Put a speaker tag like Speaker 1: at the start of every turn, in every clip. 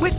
Speaker 1: With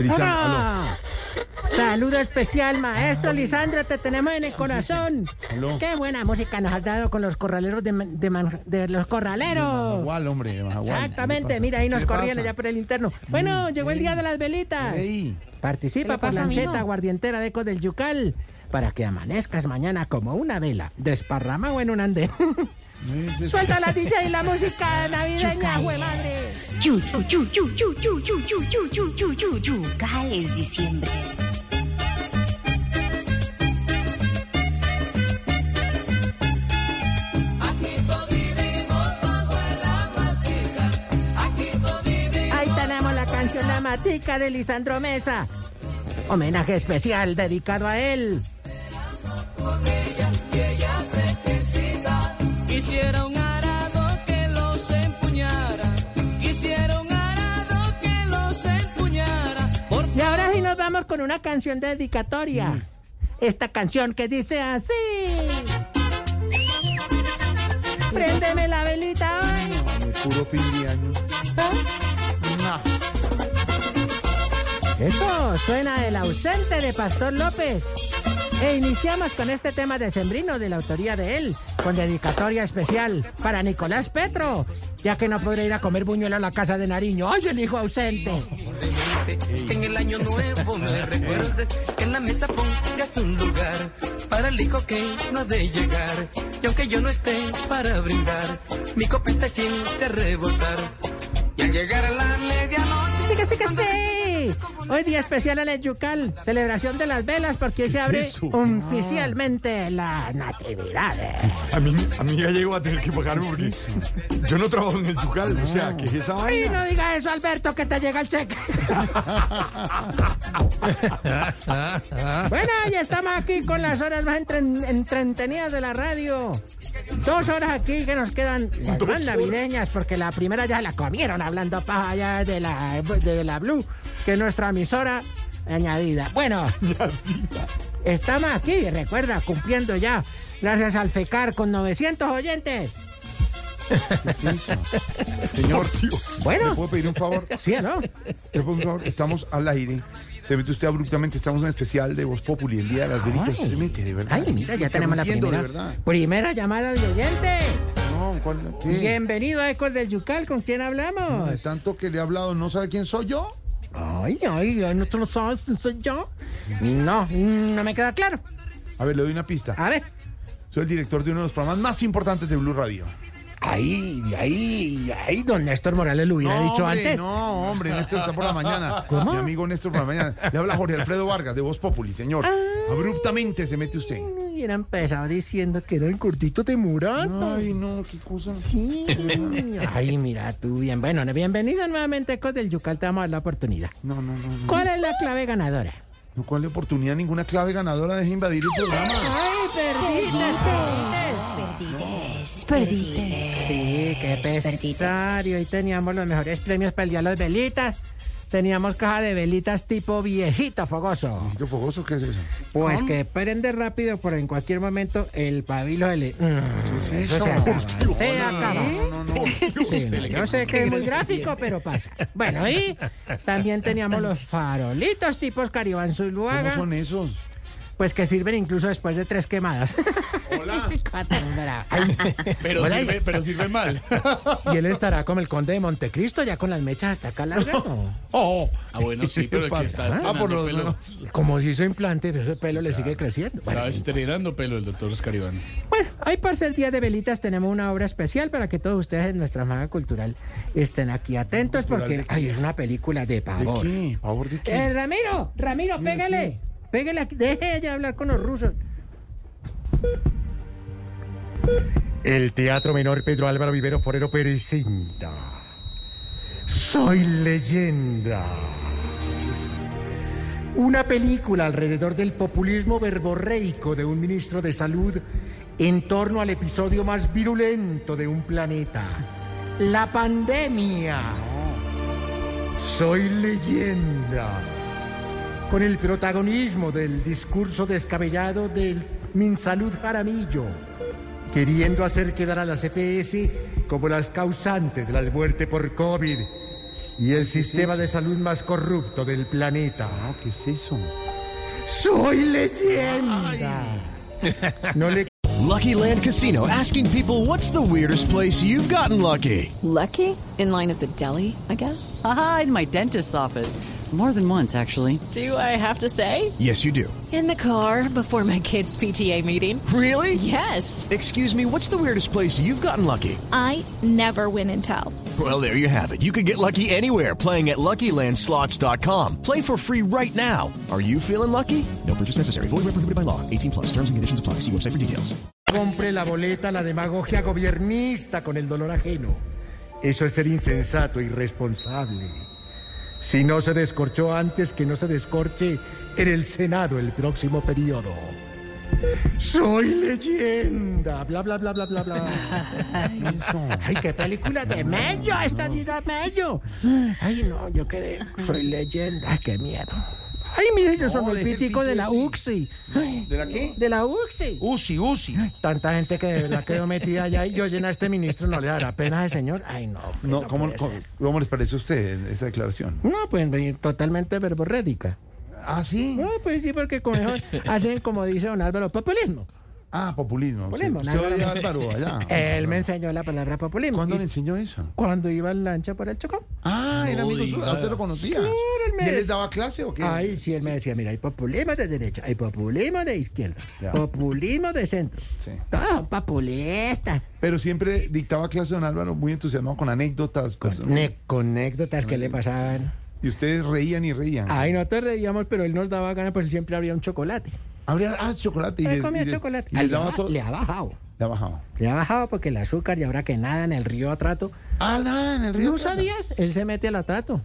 Speaker 2: ¡Hola! Saludo especial, maestro Lisandro, te tenemos en el corazón. Qué buena música nos has dado con los corraleros de, Man- de Man- de los corraleros.
Speaker 3: Majagual, hombre, de Majagual.
Speaker 2: Exactamente, mira, ahí nos corrían
Speaker 3: pasa?
Speaker 2: allá por el interno. Bueno, llegó el día de las velitas.
Speaker 3: Ey.
Speaker 2: Participa por la anceta guardientera de Eco del Yucal para que amanezcas mañana como una vela, desparramado en un andén. Suelta la DJ y la música navideña, güey madre.
Speaker 4: Chu, chu, chu, chu, chu, chu, chu, chu, chu, chu, chu, chu, chu. Cales diciembre.
Speaker 2: Ahí tenemos la canción La Matica de Lisandro Mesa. Homenaje especial dedicado a él.
Speaker 5: Quisiera un arado que los empuñara. Quisiera un arado que los empuñara. Por
Speaker 2: Y ahora sí nos vamos con una canción dedicatoria. Esta canción que dice así. Préndeme la velita hoy.
Speaker 3: De puro fin de año.
Speaker 2: Eso suena el ausente de Pastor López. E iniciamos con este tema de Sembrino de la autoría de él, con dedicatoria especial para Nicolás Petro, ya que no podrá ir a comer buñuelo a la casa de Nariño. ¡Oye, el hijo ausente!
Speaker 5: que en el año nuevo
Speaker 6: Eh.
Speaker 5: me recuerdes. Que en la mesa pongas un lugar para el hijo que no ha de llegar. Y aunque yo no esté para brindar, mi copeta siente rebotar. Y al llegar a la medianoche.
Speaker 2: ¡Sí, que sí, que sí! Hoy día especial en el Yucal, celebración de las velas, porque hoy se
Speaker 3: es
Speaker 2: abre
Speaker 3: eso?
Speaker 2: oficialmente la Natividad.
Speaker 7: A mí, a mí ya llego a tener que pagarme porque yo no trabajo en el Yucal, o sea, que es esa
Speaker 2: ¡Y
Speaker 7: vaina?
Speaker 2: no digas eso, Alberto, que te llega el cheque! bueno, ya estamos aquí con las horas más entren- entretenidas de la radio. Dos horas aquí que nos quedan las más navideñas, porque la primera ya la comieron hablando paja allá de la, de la Blue, que es nuestra emisora añadida. Bueno. Estamos aquí, recuerda, cumpliendo ya, gracias al FECAR con 900 oyentes.
Speaker 3: Señor, tío.
Speaker 2: Bueno.
Speaker 3: ¿Le puedo pedir un favor?
Speaker 2: ¿Sí o no?
Speaker 3: Yo, por favor, estamos al aire. Se mete usted abruptamente. Estamos en un especial de Voz Populi, el Día de las Velitas.
Speaker 2: Ay.
Speaker 3: Se mete, de verdad.
Speaker 2: Ay, mira, ya
Speaker 3: Estoy
Speaker 2: tenemos la
Speaker 3: rompiendo,
Speaker 2: primera,
Speaker 3: de verdad.
Speaker 2: primera llamada de oyente.
Speaker 3: No, ¿cuál? ¿Qué?
Speaker 2: Bienvenido a Ecos del Yucal, ¿con quién
Speaker 3: De
Speaker 2: hablamos?
Speaker 3: tanto que le he hablado, ¿no sabe quién soy yo?
Speaker 2: Ay, ay, ay, no te lo sabes, soy yo. No, no me queda claro.
Speaker 3: A ver, le doy una pista.
Speaker 2: A ver.
Speaker 3: Soy el director de uno de los programas más importantes de Blue Radio.
Speaker 2: Ahí, ahí, ahí, don Néstor Morales lo hubiera
Speaker 3: no,
Speaker 2: dicho
Speaker 3: hombre,
Speaker 2: antes.
Speaker 3: No, hombre, Néstor está por la mañana.
Speaker 2: ¿Cómo?
Speaker 3: Mi amigo Néstor por la mañana. Le habla Jorge Alfredo Vargas, de Voz Populi, señor.
Speaker 2: Ah.
Speaker 3: Abruptamente se mete usted.
Speaker 2: Y era empezado diciendo que era el cortito de Murata.
Speaker 3: Ay, no, qué cosa.
Speaker 2: Sí. Ay, mira tú, bien. Bueno, bienvenido nuevamente a Ecos del Yucal, te vamos a dar la oportunidad.
Speaker 3: No, no, no. no.
Speaker 2: ¿Cuál es la clave ganadora?
Speaker 3: No, ¿Cuál de oportunidad? Ninguna clave ganadora deje invadir el programa.
Speaker 2: ¡Ay, perdiste!
Speaker 4: Perdites, perdites.
Speaker 2: Sí, qué pesar. Y hoy teníamos los mejores premios para el día de las velitas. Teníamos caja de velitas tipo viejito fogoso.
Speaker 3: Mijito fogoso, ¿qué es eso?
Speaker 2: Pues que prende rápido, pero en cualquier momento el pabilo se le... Mm,
Speaker 3: es
Speaker 2: se
Speaker 3: eso?
Speaker 2: acaba.
Speaker 3: Dios,
Speaker 2: Se
Speaker 3: no,
Speaker 2: acaba.
Speaker 3: no, no, no, no.
Speaker 2: ¿eh? Sí, no, yo sé que es muy gráfico, pero pasa. Bueno, y también teníamos los farolitos tipos Caribán
Speaker 3: ¿Cómo
Speaker 2: Zuluaga.
Speaker 3: son esos?
Speaker 2: Pues que sirven incluso después de tres quemadas. Hola. pero, sirve, mal. y él estará como el conde de Montecristo, ya con las mechas hasta acá largando.
Speaker 3: Oh,
Speaker 6: Ah, bueno, sí, pero el que está
Speaker 3: ah, por
Speaker 6: estrenando
Speaker 3: los
Speaker 6: pelo.
Speaker 3: los-
Speaker 2: Como si hizo implante, pero ese pelo le sigue creciendo. Bueno,
Speaker 6: Está estrenando pelo el doctor Oscar Iván.
Speaker 2: bueno, hoy por ser Día de Velitas tenemos una obra especial para que todos ustedes en nuestra maga cultural estén aquí atentos porque
Speaker 3: ¿Cultural de qué?
Speaker 2: hay una película de
Speaker 3: ¿De
Speaker 2: pavor.
Speaker 3: qué? ¿Favor de
Speaker 2: Eh,
Speaker 3: qué?
Speaker 2: Ramiro, Ramiro, pégale. Pégale aquí. Deje de hablar con los rusos. El Teatro Menor Pedro Álvaro Vivero Forero presenta. Soy leyenda.
Speaker 8: Una película alrededor del populismo verborreico de un ministro de salud en torno al episodio más virulento de un planeta, la pandemia. Soy leyenda. Con el protagonismo del discurso descabellado del Minsalud Jaramillo, queriendo hacer quedar a las EPS como las causantes de la muerte por COVID y el sistema de salud más corrupto del planeta.
Speaker 3: Ah, ¿Qué es eso?
Speaker 8: ¡Soy leyenda! No le
Speaker 9: Lucky Land Casino asking people what's the weirdest place you've gotten lucky?
Speaker 10: Lucky? In line at the deli, I guess? Aha, in my dentist's office. More than once, actually.
Speaker 11: Do I have to say?
Speaker 9: Yes, you do.
Speaker 10: In the car before my kids' PTA meeting.
Speaker 9: Really?
Speaker 10: Yes.
Speaker 9: Excuse me, what's the weirdest place you've gotten lucky?
Speaker 12: I never win and tell.
Speaker 9: Well, there you have it. You can get lucky anywhere playing at LuckyLandSlots.com. Play for free right now. Are you feeling lucky? No purchase necessary. Void where prohibited by law. 18 plus. Terms and conditions apply. See website for details.
Speaker 8: compre la boleta a la demagogia gobiernista con el dolor ajeno. Eso es ser insensato, irresponsable. Si no se descorchó antes, que no se descorche en el Senado el próximo periodo. Soy leyenda, bla, bla, bla, bla, bla, bla.
Speaker 2: Ay, qué película de Mello, esta vida Mello. Ay, no, yo quedé, soy leyenda, ay, qué miedo. Ay, mire, yo soy
Speaker 3: No,
Speaker 2: el
Speaker 3: deje el
Speaker 2: pítico de la
Speaker 3: pitico,
Speaker 2: UCSI. Ay,
Speaker 3: ¿De la qué?
Speaker 2: De la UCSI.
Speaker 3: Uzi, Uzi.
Speaker 2: Tanta gente que de verdad quedó metida allá y yo llena a este ministro no le dará pena ese señor. Ay, no. hombre,
Speaker 3: No,
Speaker 2: no
Speaker 3: ¿cómo,
Speaker 2: puede
Speaker 3: cómo-
Speaker 2: ser.
Speaker 3: cómo les parece a usted esa declaración?
Speaker 2: No, pues eh, totalmente verborrédica.
Speaker 3: Ah, sí.
Speaker 2: No, pues sí, porque con eso hacen, como dice don Álvaro, populismo.
Speaker 3: Ah, populismo. sí.
Speaker 2: Populismo,
Speaker 3: Usted
Speaker 2: nada
Speaker 3: odia a
Speaker 2: más.
Speaker 3: Álvaro allá.
Speaker 2: Él me enseñó la palabra populismo.
Speaker 3: ¿Cuándo
Speaker 2: Y
Speaker 3: le enseñó eso?
Speaker 2: Cuando iba en lancha para el Chocó.
Speaker 3: Ah, era amigo suyo. ¿A usted lo conocía?
Speaker 2: Claro, él me
Speaker 3: ¿Y él les
Speaker 2: decía-
Speaker 3: daba clase o qué?
Speaker 2: Ay, sí, él me decía, mira, hay populismo de derecha, hay populismo de izquierda,
Speaker 3: Ya.
Speaker 2: populismo de centro.
Speaker 3: Sí.
Speaker 2: Todo populista.
Speaker 3: Pero siempre dictaba clase don Álvaro muy entusiasmado con anécdotas. cosas.
Speaker 2: Ne- con anécdotas que le pasaban.
Speaker 3: Y ustedes reían y reían.
Speaker 2: Ay, no te reíamos, pero él nos daba ganas, pues él siempre había un chocolate.
Speaker 3: Habría ah, chocolate. Y
Speaker 2: Él
Speaker 3: les-
Speaker 2: comía
Speaker 3: y les-
Speaker 2: chocolate.
Speaker 3: y
Speaker 2: Ah,
Speaker 3: les
Speaker 2: le,
Speaker 3: daba
Speaker 2: ba-
Speaker 3: todo.
Speaker 2: le ha bajado.
Speaker 3: Le ha bajado.
Speaker 2: Le ha bajado porque el azúcar y ahora que nada en el río Atrato.
Speaker 3: Ah, nada, en el río.
Speaker 2: ¿No
Speaker 3: Plata. Ah.
Speaker 2: sabías? Él se mete al Atrato.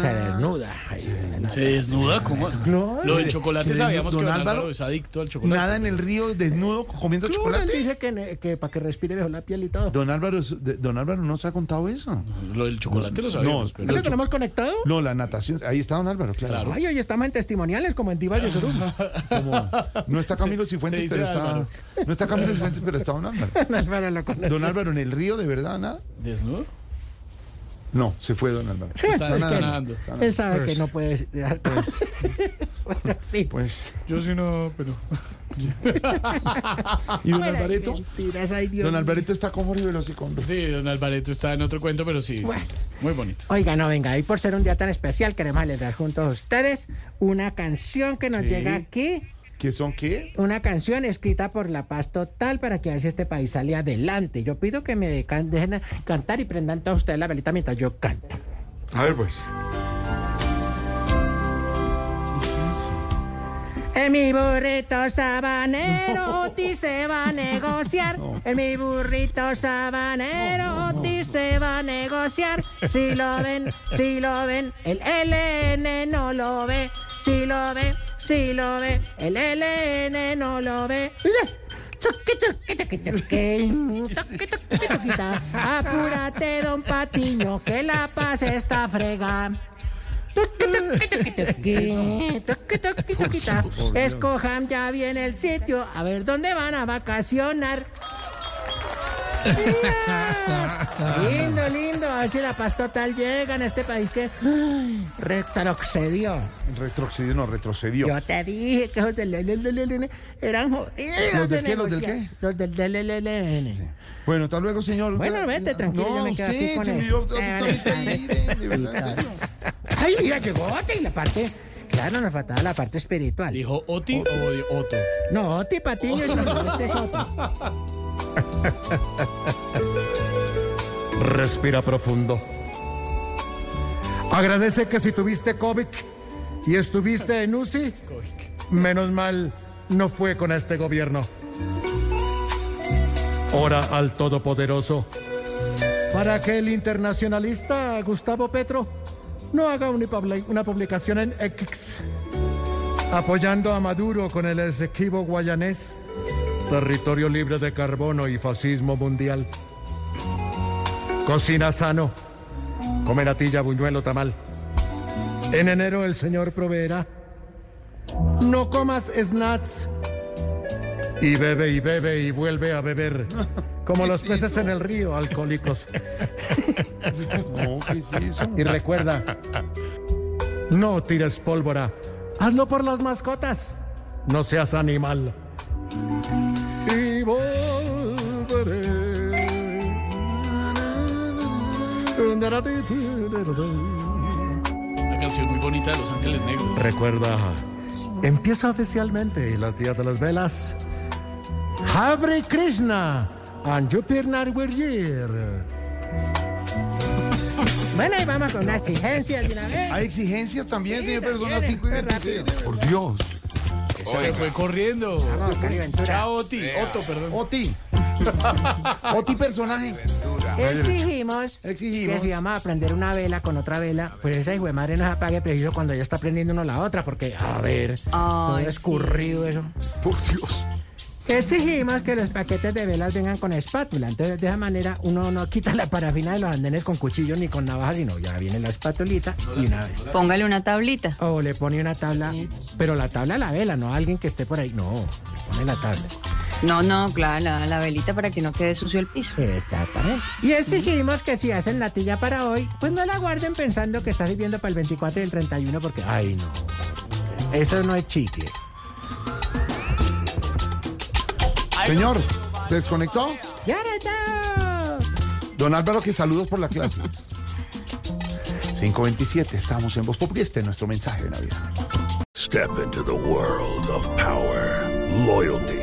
Speaker 2: Se desnuda. Ay,
Speaker 6: Se desnuda como.
Speaker 2: No,
Speaker 6: Lo del
Speaker 2: se-
Speaker 6: chocolate
Speaker 3: se
Speaker 6: sabíamos que Don
Speaker 3: desnuda. Don
Speaker 6: Álvaro,
Speaker 3: Álvaro
Speaker 6: es adicto al chocolate.
Speaker 3: Nada en el río desnudo comiendo
Speaker 2: Claro,
Speaker 3: chocolate.
Speaker 2: él dice que, ne- que para que respire mejor la piel y todo.
Speaker 3: Don Álvaro, es- de- don Álvaro no se ha contado eso.
Speaker 6: Lo del chocolate lo sabíamos.
Speaker 3: No,
Speaker 6: pero-
Speaker 2: ¿No lo tenemos conectado?
Speaker 3: No, la natación. Ahí está don Álvaro, claro.
Speaker 2: Ay, hoy estamos en testimoniales como en Divas de Zorum.
Speaker 3: Como- no está Camilo
Speaker 6: se
Speaker 3: Cifuentes,
Speaker 6: dice
Speaker 3: pero está.
Speaker 6: Álvaro.
Speaker 3: No está Camilo Cifuentes, pero está don Álvaro.
Speaker 2: Don Álvaro lo conoce.
Speaker 3: Don Álvaro en el río, ¿de verdad? ¿Nada?
Speaker 6: ¿Desnudo?
Speaker 3: No, se fue don Álvaro.
Speaker 2: Sí,
Speaker 6: Está,
Speaker 2: es
Speaker 6: está
Speaker 2: que-
Speaker 6: nadando.
Speaker 2: Él sabe
Speaker 6: Pues-
Speaker 2: que no puede. Pues, bueno, sí.
Speaker 3: Pues.
Speaker 6: Yo sí no, pero.
Speaker 3: ¿Y don
Speaker 2: Fuera de
Speaker 3: Alvareto?
Speaker 2: mentiras, ay, Dios
Speaker 3: Don
Speaker 2: mío.
Speaker 3: Alvareto está con Jorge Velocicón.
Speaker 6: Sí, Don Alvareto está en otro cuento, pero sí. sí,
Speaker 2: Bueno.
Speaker 6: sí. Muy bonito.
Speaker 2: Oiga, no, venga, y por ser un día tan especial, queremos celebrar juntos a ustedes una canción que nos
Speaker 3: Sí.
Speaker 2: llega aquí.
Speaker 3: ¿Qué son qué?
Speaker 2: Una canción escrita por La Paz Total para que a ver si este país sale adelante. Yo pido que me de- can- dejen cantar y prendan todos ustedes la velita mientras yo canto.
Speaker 3: A ver, pues.
Speaker 2: En mi burrito sabanero Oti se va a negociar. En mi burrito sabanero Oti se va a negociar. Si lo ven, si lo ven, el LN no lo ve. Si lo ve, si lo ve, el LN no lo ve. Tuqui, tuqui, tuqui, tuqui. Tuqui, tuqui, tuquita. Apúrate, don Patiño, que la paz está frega. Tuqui, tuqui, tuqui, tuqui. Tuqui, tuqui, tuquita. Escojan ya bien el sitio, a ver dónde van a vacacionar. Lindo, lindo, a ver si la paz total llega en este país que ay, retrocedió.
Speaker 3: Retrocedió, no, retrocedió.
Speaker 2: Yo te dije que los del LLN eran jodidos.
Speaker 3: ¿Los del
Speaker 2: de
Speaker 3: qué, los del
Speaker 2: negociar. Los del LLN.
Speaker 3: Bueno, hasta luego, señor.
Speaker 2: Bueno, vete, tranquilo,
Speaker 3: No,
Speaker 2: yo me quedo aquí
Speaker 3: usted
Speaker 2: con
Speaker 3: se me
Speaker 2: eso.
Speaker 3: dio absolutamente ir, eh, de verdad, en serio.
Speaker 2: Ay, mira, llegó Oti, la parte. Claro, nos faltaba la parte espiritual.
Speaker 6: ¿Dijo Oti o, di- Otto?
Speaker 2: No, Oti Patiño, no, no, este es Oti.
Speaker 8: Respira profundo. Agradece que si tuviste COVID y estuviste en UCI, menos mal no fue con este gobierno. Ora al Todopoderoso para que el internacionalista Gustavo Petro no haga una publi- una publicación en X apoyando a Maduro con el Esequibo guayanés, territorio libre de carbono y fascismo mundial. Cocina sano, come natilla, buñuelo, tamal. En enero el señor proveerá. No comas snacks. Y bebe y bebe y vuelve a beber. Como los peces en el río, alcohólicos. Y recuerda, no tires pólvora. Hazlo por las mascotas. No seas animal. Y volveré.
Speaker 6: Una canción muy bonita de Los Ángeles Negros.
Speaker 8: Recuerda, empieza oficialmente las días de las velas. Hare Krishna and Jupiter Year.
Speaker 2: Bueno, y vamos con las exigencias de una vez.
Speaker 3: Hay exigencias también,
Speaker 2: Sí,
Speaker 3: señor, pero son
Speaker 2: también,
Speaker 3: las 5 y
Speaker 2: esto es
Speaker 3: 26.
Speaker 7: Por Dios.
Speaker 6: Se fue corriendo. Chao, Oti. Otto, perdón.
Speaker 3: Oti. Oti personaje.
Speaker 2: Exigimos,
Speaker 3: Exigimos.
Speaker 2: que si vamos a prender una vela con otra vela, pues esa hijo de madre no se apague preciso cuando ya está prendiendo uno la otra, porque a ver, todo escurrido eso.
Speaker 7: Por Dios.
Speaker 2: Exigimos que los paquetes de velas vengan con espátula, entonces de esa manera uno no quita la parafina de los andenes con cuchillo ni con navaja, sino ya viene la espatulita y una vez.
Speaker 11: Póngale una tablita.
Speaker 2: O le pone una tabla, pero la tabla a la vela, no a alguien que esté por ahí, no, le pone la tabla.
Speaker 11: No, no, claro, la, la velita para que no quede sucio el piso.
Speaker 2: Exactamente. Y exigimos que si hacen natilla para hoy, pues no la guarden pensando que está sirviendo para el 24 y el 31 porque, ay no, eso no es chicle.
Speaker 3: Señor, ¿se desconectó?
Speaker 2: ¡Ya está!
Speaker 3: Don Álvaro, que saludos por la clase. 527, estamos en Voz Populi. Este es nuestro mensaje de Navidad.
Speaker 13: Step into the world of power, loyalty,